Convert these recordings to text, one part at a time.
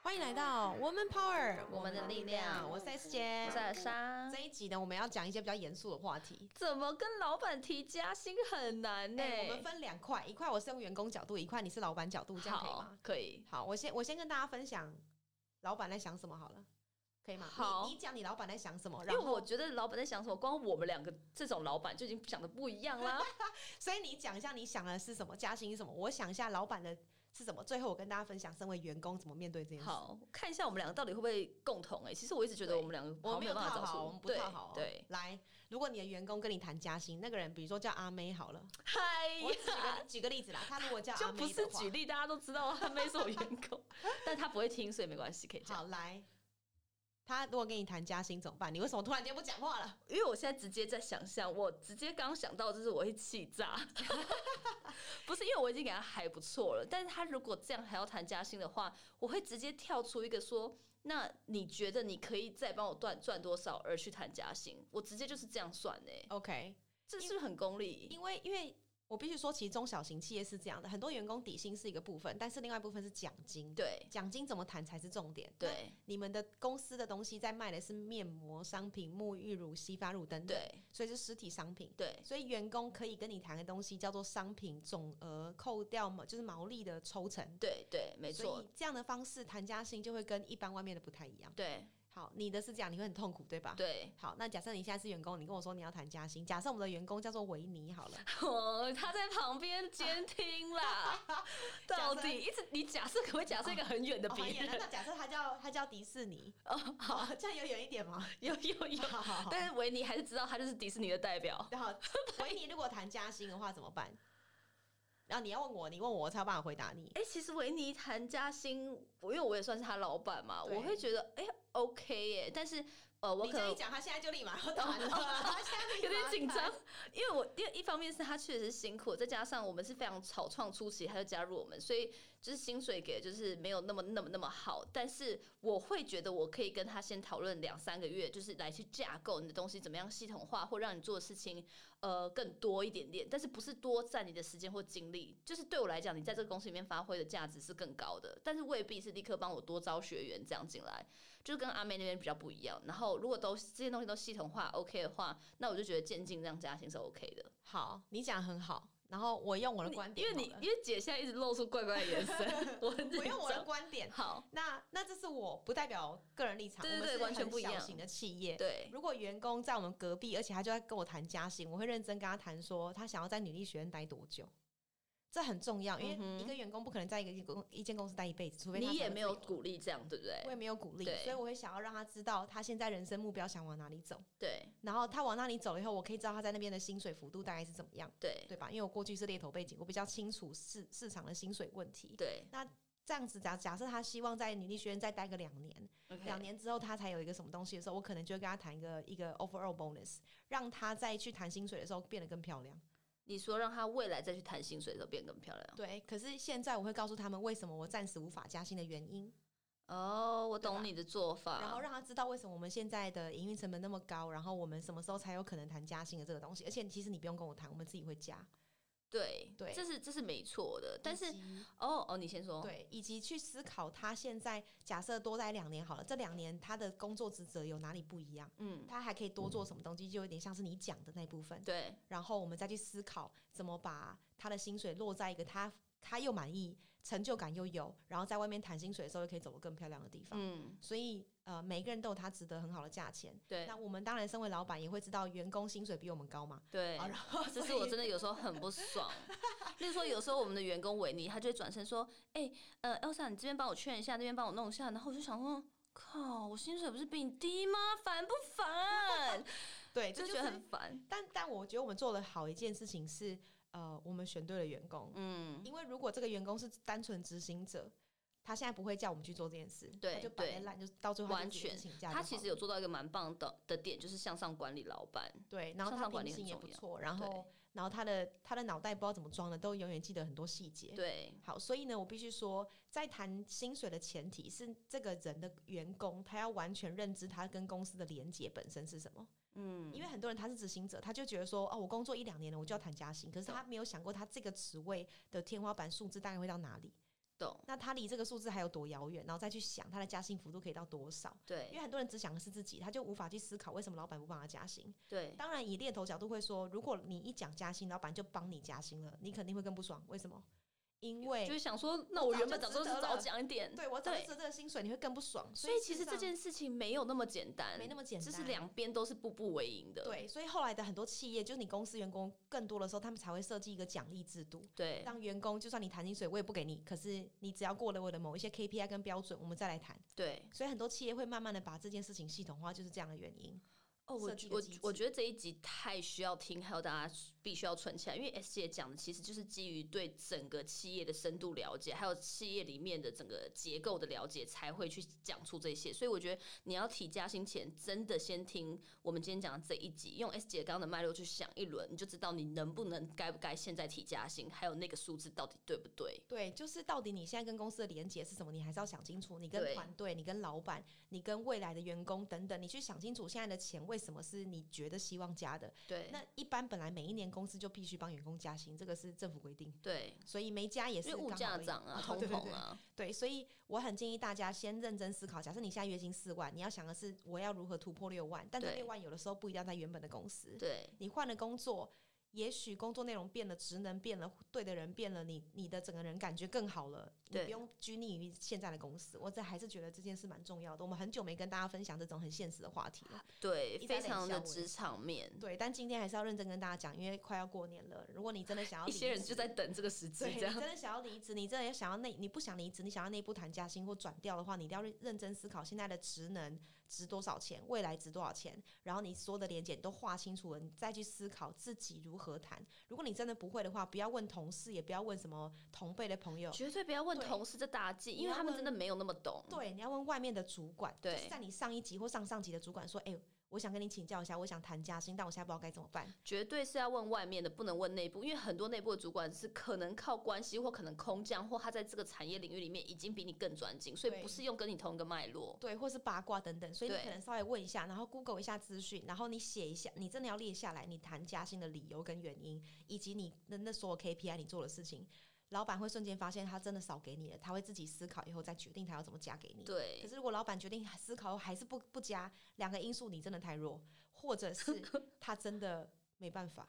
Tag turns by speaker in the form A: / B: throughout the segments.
A: 欢迎来到 Woman Power，
B: 我们的力量
A: 我是 S 姐，
B: 我是尔莎
A: 这一集呢，我们要讲一些比较严肃的话题。
B: 怎么跟老板提加薪很难呢、
A: 哎我们分两块，一块我是用员工角度，一块你是老板角度，这样可以
B: 好
A: 吗？，
B: 可以。
A: 好，我先我先跟大家分享老板在想什么好了，可以吗？
B: 好
A: 你你讲你老板在想什么，
B: 因
A: 然
B: 为
A: 后
B: 我觉得老板在想什么，光我们两个这种老板就已经想的不一样啦。
A: 所以你讲一下你想的是什么，加薪是什么，我想一下老板的是什么，最后我跟大家分享身为员工怎么面 对这件事。
B: 好，看一下我们两个到底会不会共同、哎，其实我一直觉得
A: 对
B: 我们两个
A: 我
B: 好像
A: 没
B: 没
A: 有
B: 有办法
A: 套
B: 找
A: 好，
B: 出，
A: 我们不
B: 对
A: 套好、哦。
B: 对，，
A: 来，如果你的员工跟你谈加薪，那个人比如说叫阿妹好了，
B: 嗨
A: 我举
B: 呀，
A: 个举个例子 啦，他如果叫
B: 就
A: 阿
B: 不
A: 妹
B: 是
A: 的话，
B: 举例，大家都知道他没是我员工， 但他不会听，所以没关系，可以讲。
A: 好来，他如果跟你谈加薪怎么办？你为什么突然间不讲话了？
B: 因为我现在直接在想象，我直接刚想到就是我会气炸，不是因为我已经给他还不错了，但是他如果这样还要谈加薪的话，我会直接跳出一个说，那你觉得你可以再帮我赚赚多少而去谈加薪？我直接就是这样算呢、
A: OK，
B: 这是不是很功利？
A: 因为因为我必须说，其实中小型企业是这样的，很多员工底薪是一个部分，但是另外一部分是奖金。
B: 对
A: 奖金怎么谈才是重点。
B: 对，
A: 你们的公司的东西在卖的是面膜、商品、沐浴乳、洗发乳等等，
B: 对
A: 所以是实体商品。
B: 对
A: 所以员工可以跟你谈的东西叫做商品总额扣掉嘛，就是毛利的抽成。
B: 对对，没错
A: 所以，这样的方式谈加薪就会跟一般外面的不太一样。
B: 对
A: 好，你的是这样，你会很痛苦，对吧？
B: 对。
A: 好，那假设你现在是员工，你跟我说你要谈加薪，假设我们的员工叫做维尼好了，
B: 哦，他在旁边监听啦，到底一直你假设可不可以假设一个很远 的
A: 哦
B: 别
A: 好
B: 人
A: 严？那假设他叫他叫迪士尼，
B: 哦，好，
A: 好，这样有远一点吗？
B: 有有有，
A: 好好好
B: 但是维尼还是知道他就是迪士尼的代表。
A: 然后维尼如果谈加薪的话怎么办？然后你要问我，你问我，我才有办法回答你。
B: 哎、其实维尼谈加薪，我因为我也算是他老板嘛，
A: 对
B: 我会觉得哎、OK 耶，但是呃，我
A: 你
B: 可
A: 这
B: 能哦
A: 一讲，他现在就立马要谈了， 他现在立
B: 有
A: 马
B: 点紧
A: 谈
B: 张，因为我因为一方面是他确实是辛苦，再加上我们是非常草创初期，他就加入我们，所以就是薪水给的就是没有那么那么那么好，但是我会觉得我可以跟他先讨论两三个月，就是来去架构你的东西怎么样系统化，或让你做的事情呃更多一点点，但是不是多占你的时间或精力，就是对我来讲，你在这个公司里面发挥的价值是更高的，但是未必是立刻帮我多招学员这样进来，就是跟阿妹那边比较不一样。然后如果都这些东西都系统化 OK 的话，那我就觉得渐进这样加薪是 OK 的。
A: 好，你讲得很好，然后我用我的观
B: 因
A: 点
B: 为
A: 好了，
B: 你因为姐现在一直露出怪怪的 眼神，我很
A: 我
B: 紧
A: 用我的
B: 张。
A: 观点。
B: 好，
A: 那那这是我不代表个人立场，
B: 对
A: 我
B: 对
A: 们
B: 对
A: 是
B: 完全
A: 很
B: 不一样
A: 小型的企业。
B: 对
A: 如果员工在我们隔壁，而且他就在跟我谈加薪，我会认真跟他谈说他想要在女力学院待多久，这很重要，因为一个员工不可能在一个公一间公司待一辈子，除非他
B: 嗯你也没有
A: 想要自由，
B: 鼓励这样，对
A: 我
B: 不对？
A: 也没有鼓励，
B: 对
A: 所以我会想要让他知道他现在人生目标想往哪里走，
B: 对
A: 然后他往那里走了以后，我可以知道他在那边的薪水幅度大概是怎么样，
B: 对
A: 对吧？因为我过去是猎头背景，我比较清楚市市场的薪水问题。
B: 对
A: 那这样子假假设他希望在女力学院再待个两年，两
B: ，OK，
A: 年之后他才有一个什么东西的时候，我可能就会跟他谈一个一个 overall bonus，让他再去谈薪水的时候变得更漂亮。
B: 你说让她未来再去谈薪水的时候变更漂亮。
A: 对，可是现在我会告诉他们为什么我暂时无法加薪的原因，
B: 哦，我
A: 对吧
B: 懂你的做法。
A: 然后让他知道为什么我们现在的营运成本那么高，然后我们什么时候才有可能谈加薪的这个东西。而且其实你不用跟我谈，我们自己会加。
B: 对
A: 对
B: 这是这是没错的。但是
A: 以及
B: 哦哦，你先说。
A: 对，以及去思考他现在假设多待两年好了，这两年他的工作职责有哪里不一样？
B: 嗯，
A: 他还可以多做什么东西，就有点像是你讲的那部分。
B: 对
A: 然后我们再去思考怎么把他的薪水落在一个他他又满意、成就感又有，然后在外面谈薪水的时候又可以走得更漂亮的地方。
B: 嗯
A: 所以呃，每个人都有他值得很好的价钱。
B: 对
A: 那我们当然身为老板也会知道员工薪水比我们高嘛。
B: 对
A: 啊，然 后
B: 这是
A: 所以
B: 我真的有时候很不爽。例如说，有时候我们的员工维尼，他就会转身说：“哎、呃，Elsa，你这边帮我劝一下，那边帮我弄一下。”然后我就想说。靠！我薪水不是比你低吗？烦不烦？
A: 对，这
B: 就
A: 就
B: 觉得
A: 是
B: 很烦。
A: 但但我觉得我们做的好一件事情是，呃，我们选对了员工。
B: 嗯，
A: 因为如果这个员工是单纯执行者，他现在不会叫我们去做这件事，
B: 对
A: 他就摆在烂，就到最后他
B: 完
A: 就直接
B: 全
A: 请。假就好了。
B: 他其实有做到一个蛮棒的的点，就是向上管理老板。
A: 对，然后
B: 向
A: 他
B: 上管
A: 品
B: 理
A: 性
B: 很
A: 也
B: 重
A: 不
B: 要
A: 错，然后然后他的他的脑袋不知道怎么装的，都永远记得很多细节。
B: 对
A: 好，所以呢，我必须说，在谈薪水的前提是这个人的员工，他要完全认知他跟公司的连结本身是什么。嗯，因为很多人他是执行者，他就觉得说，哦，我工作一两年了，我就要谈加薪，可是他没有想过他这个职位的天花板数字大概会到哪里。
B: 懂，
A: 那他离这个数字还有多遥远，然后再去想他的加薪幅度可以到多少。因
B: 对
A: 为很多人只想的是自己，他就无法去思考为什么老板不帮他加薪。
B: 对，
A: 当然，以猎头角度会说，如果你一讲加薪，老板就帮你加薪了，你肯定会更不爽。为什么？因为
B: 就是想说，那我原本早就是早讲一点，
A: 对我早就
B: 对
A: 值这个薪水，你会更不爽。
B: 所以
A: 事
B: 其实这
A: 上
B: 件事情没有那么简单，
A: 没那么简单，
B: 这是两边都是步步为营的，
A: 对。所以后来的很多企业，就是你公司员工更多的时候，他们才会设计一个奖励制度，
B: 对
A: 让员工就算你谈薪水，我也不给你，可是你只要过了我的某一些 KPI 跟标准，我们再来谈。
B: 对。
A: 所以很多企业会慢慢的把这件事情系统化，就是这样的原因。
B: 哦，我
A: 设
B: 觉
A: 计的
B: 我
A: 机制
B: 我觉得这一集太需要听，还有大家必须要存起来，因为 S 姐讲的其实就是基于对整个企业的深度了解，还有企业里面的整个结构的了解，才会去讲出这些。所以我觉得你要提加薪前，真的先听我们今天讲的这一集，用 S 姐刚刚的脉络去想一轮，你就知道你能不能该不该现在提加薪，还有那个数字到底对不对。
A: 对，就是到底你现在跟公司的连接是什么，你还是要想清楚。你
B: 对
A: 跟团队、你跟老板、你跟未来的员工等等，你去想清楚现在的钱为什么是你觉得希望加的。
B: 对，
A: 那一般本来每一年公司就必须帮员工加薪，这个是政府规定，
B: 对，
A: 所以没加也
B: 因
A: 是
B: 为物
A: 刚
B: 价
A: 好而已
B: 涨啊，
A: 哦
B: 通
A: 对对
B: 膨
A: 对
B: 啊，
A: 对，所以我很建议大家先认真思考。假设你现在月薪四万，你要想的是我要如何突破六万，但是
B: 对
A: 六万有的时候不一定要在原本的公司，
B: 对
A: 你换了工作，也许工作内容变了，职能变了，对的人变了，你你的整个人感觉更好了，你
B: 对
A: 不用拘泥于现在的公司。我这还是觉得这件事蛮重要的。我们很久没跟大家分享这种很现实的话题了，
B: 对，
A: 一
B: 非
A: 般冷
B: 常的
A: 笑话
B: 职场面。
A: 对，但今天还是要认真跟大家讲，因为快要过年了。如果你真的想要
B: 一
A: 离
B: 些人
A: 职
B: 就在等这个时机
A: 对，你
B: 这样
A: 真。的想要离职，你真的想要内，你不想离职，你想要内部谈加薪或转调的话，你一定要认认真思考现在的职能值多少钱，未来值多少钱，然后你所有的连结你都画清楚了，你再去思考自己如何谈。如果你真的不会的话，不要问同事，也不要问什么同辈的朋友，
B: 绝对不要问
A: 对
B: 同事这大忌，
A: 你
B: 因为
A: 要
B: 他们
A: 问
B: 真的没有那么懂。
A: 对，你要问外面的主管，就
B: 对
A: 是在你上一级或上上级的主管说，哎、我想跟你请教一下，我想谈加薪，但我现在不知道该怎么办。
B: 绝对是要问外面的，不能问内部，因为很多内部的主管是可能靠关系，或可能空降，或他在这个产业领域里面已经比你更专精，所以
A: 对
B: 不是用跟你同一个脉络。
A: 对，或是八卦等等，所以你
B: 对
A: 可能稍微问一下，然后 Google 一下资讯，然后你写一下，你真的要列下来你谈加薪的理由跟原因，以及你的那所有 KPI 你做的事情，老板会瞬间发现他真的少给你了，他会自己思考以后再决定他要怎么加给你。可
B: 对，
A: 是如果老板决定思考后还是不不加，两个因素你真的太弱，或者 是他真的没办法。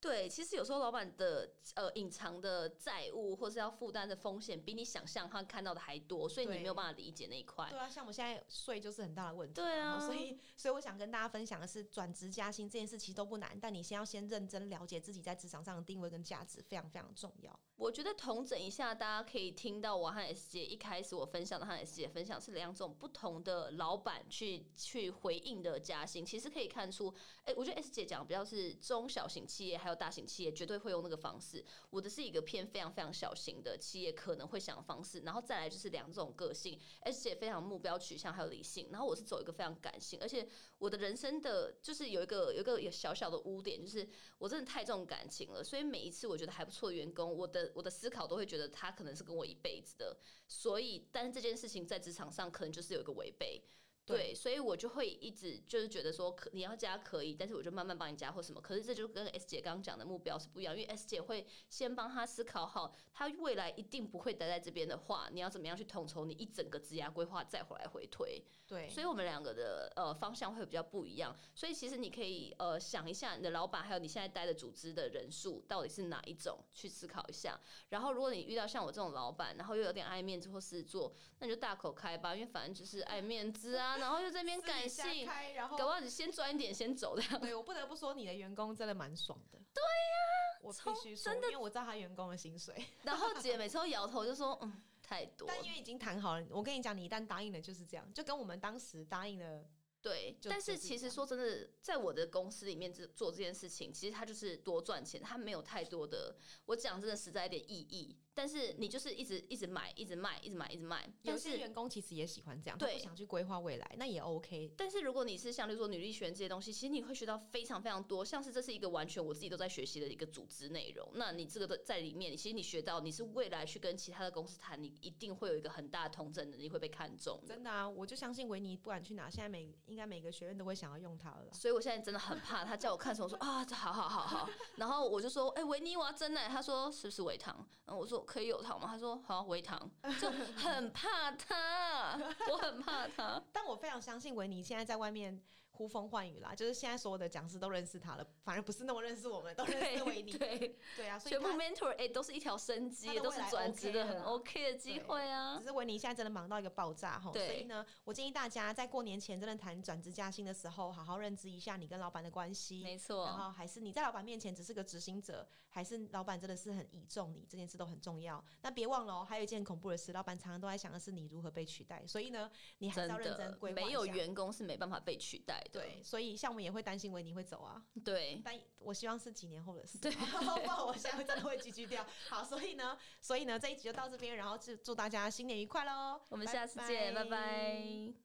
B: 对，其实有时候老板的呃隐藏的债务或是要负担的风险，比你想象和看到的还多，所以你
A: 对
B: 没有办法理解那一块。
A: 对啊，像我们现在税就是很大的问题嘛。
B: 对啊
A: 哦所以所以我想跟大家分享的是，转职加薪这件事其实都不难，但你先要先认真了解自己在职场上的定位跟价值，非常非常重要。
B: 我觉得统整一下，大家可以听到我和 S 姐一开始我分享的和 S 姐分享是两种不同的老板去去回应的加薪，其实可以看出，哎、我觉得 S 姐讲比较是中小型企业还有大型企业绝对会用那个方式，我的是一个偏非常非常小型的企业可能会想的方式，然后再来就是两种个性，S 姐非常目标取向还有理性，然后我是走一个非常感性，而且我的人生的就是有一个有一个小小的污点，就是我真的太重感情了，所以每一次我觉得还不错的员工，我的我的思考都会觉得他可能是跟我一辈子的，所以但是这件事情在职场上可能就是有一个违背。对，所以我就会一直就是觉得说，可你要加可以，但是我就慢慢帮你加或什么。可是这就跟 S 姐刚刚讲的目标是不一样，因为 S 姐会先帮他思考好，他未来一定不会待在这边的话，你要怎么样去统筹你一整个职涯规划，再回来回推。
A: 对
B: 所以我们两个的呃方向会比较不一样。所以其实你可以呃想一下你的老板还有你现在待的组织的人数到底是哪一种，去思考一下。然后如果你遇到像我这种老板，然后又有点爱面子或事做，那你就大口开吧，因为反正就是爱面子啊，然后又这 边感性，
A: 开，然
B: 搞不好你先赚一点先走的。
A: 对我不得不说，你的员工真的蛮爽的。对呀、我
B: 超
A: 必须说，因为我知道他员工的薪水，
B: 然后姐每次都摇头就说嗯太多了
A: 但因为已经谈好了，我跟你讲，你一旦答应了就是这样，就跟我们当时答应了。
B: 对，
A: 就
B: 但
A: 就是是
B: 其
A: 这
B: 实
A: 样
B: 说真的，在我的公司里面这做这件事情，其实它就是多赚钱，它没有太多的，我讲真的实在一点意义。但是你就是一直一直买，一直卖，一直买，一直卖。
A: 有
B: 但
A: 些
B: 是
A: 员工其实也喜欢这样，他
B: 对
A: 不想去规划未来，那也 OK。
B: 但是如果你是像例如说女力学院这些东西，其实你会学到非常非常多，像是这是一个完全我自己都在学习的一个组织内容。那你这个的在里面，其实你学到你是未来去跟其他的公司谈，你一定会有一个很大的同整能力会被看中的。
A: 真的啊，我就相信维尼，不管去哪，现在每应该每个学院都会想要用它了啦。
B: 所以我现在真的很怕他叫我看什么，我说啊，这好好好好，然后我就说，哎、维尼我要真奶，他说是不是维糖？然后我说可以有糖吗？”他说：“好，微糖。”就很怕他，我很怕他。
A: 但我非常相信维尼现在在外面呼风唤雨啦，就是现在所有的讲师都认识他了，反而不是那么认识我们，都认识维
B: 对
A: 尼。
B: 对，
A: 对啊，所以
B: 全部
A: 他
B: mentor 哎、都是一条生
A: 他
B: 机，
A: 的
B: 都
A: 未
B: 是
A: 来
B: 转职
A: OK
B: 的
A: 了
B: 很
A: 啦
B: OK 的机
A: 对
B: 会啊
A: 只。是维尼现在真的忙到一个爆炸哈，所
B: 对
A: 以呢，我建议大家在过年前真的谈转职加薪的时候，好好认知一下你跟老板的关系，
B: 没
A: 然
B: 错，
A: 后还是你在老板面前只是个执行者，还是老板真的是很倚重你，这件事都很重要。那别忘了哦，还有一件很恐怖的事，老板常常都在想的是你如何被取代，所以呢，你还
B: 真
A: 是要认真
B: 的
A: 规划
B: 没
A: 一
B: 有
A: 下。
B: 员工是没办法被取代的。
A: 对，所以像我们也会担心维尼会走啊，
B: 对，
A: 但我希望是几年后的事，
B: 对
A: 不然我现在真的会聚聚掉。好，所以呢，所以呢，这一集就到这边，然后祝祝大家新年愉快喽！
B: 我们下次见，拜拜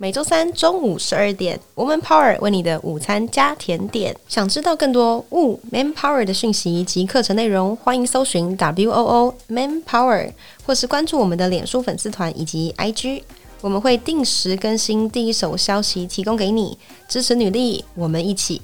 A: 每周三中午十二点，Woman Power 为你的午餐加甜点。想知道更多 Wo Man Power 的讯息及课程内容，欢迎搜寻 W O O Man Power，或是关注我们的脸书粉丝团以及 IG。我们会定时更新第一手消息，提供给你支持女力，我们一起。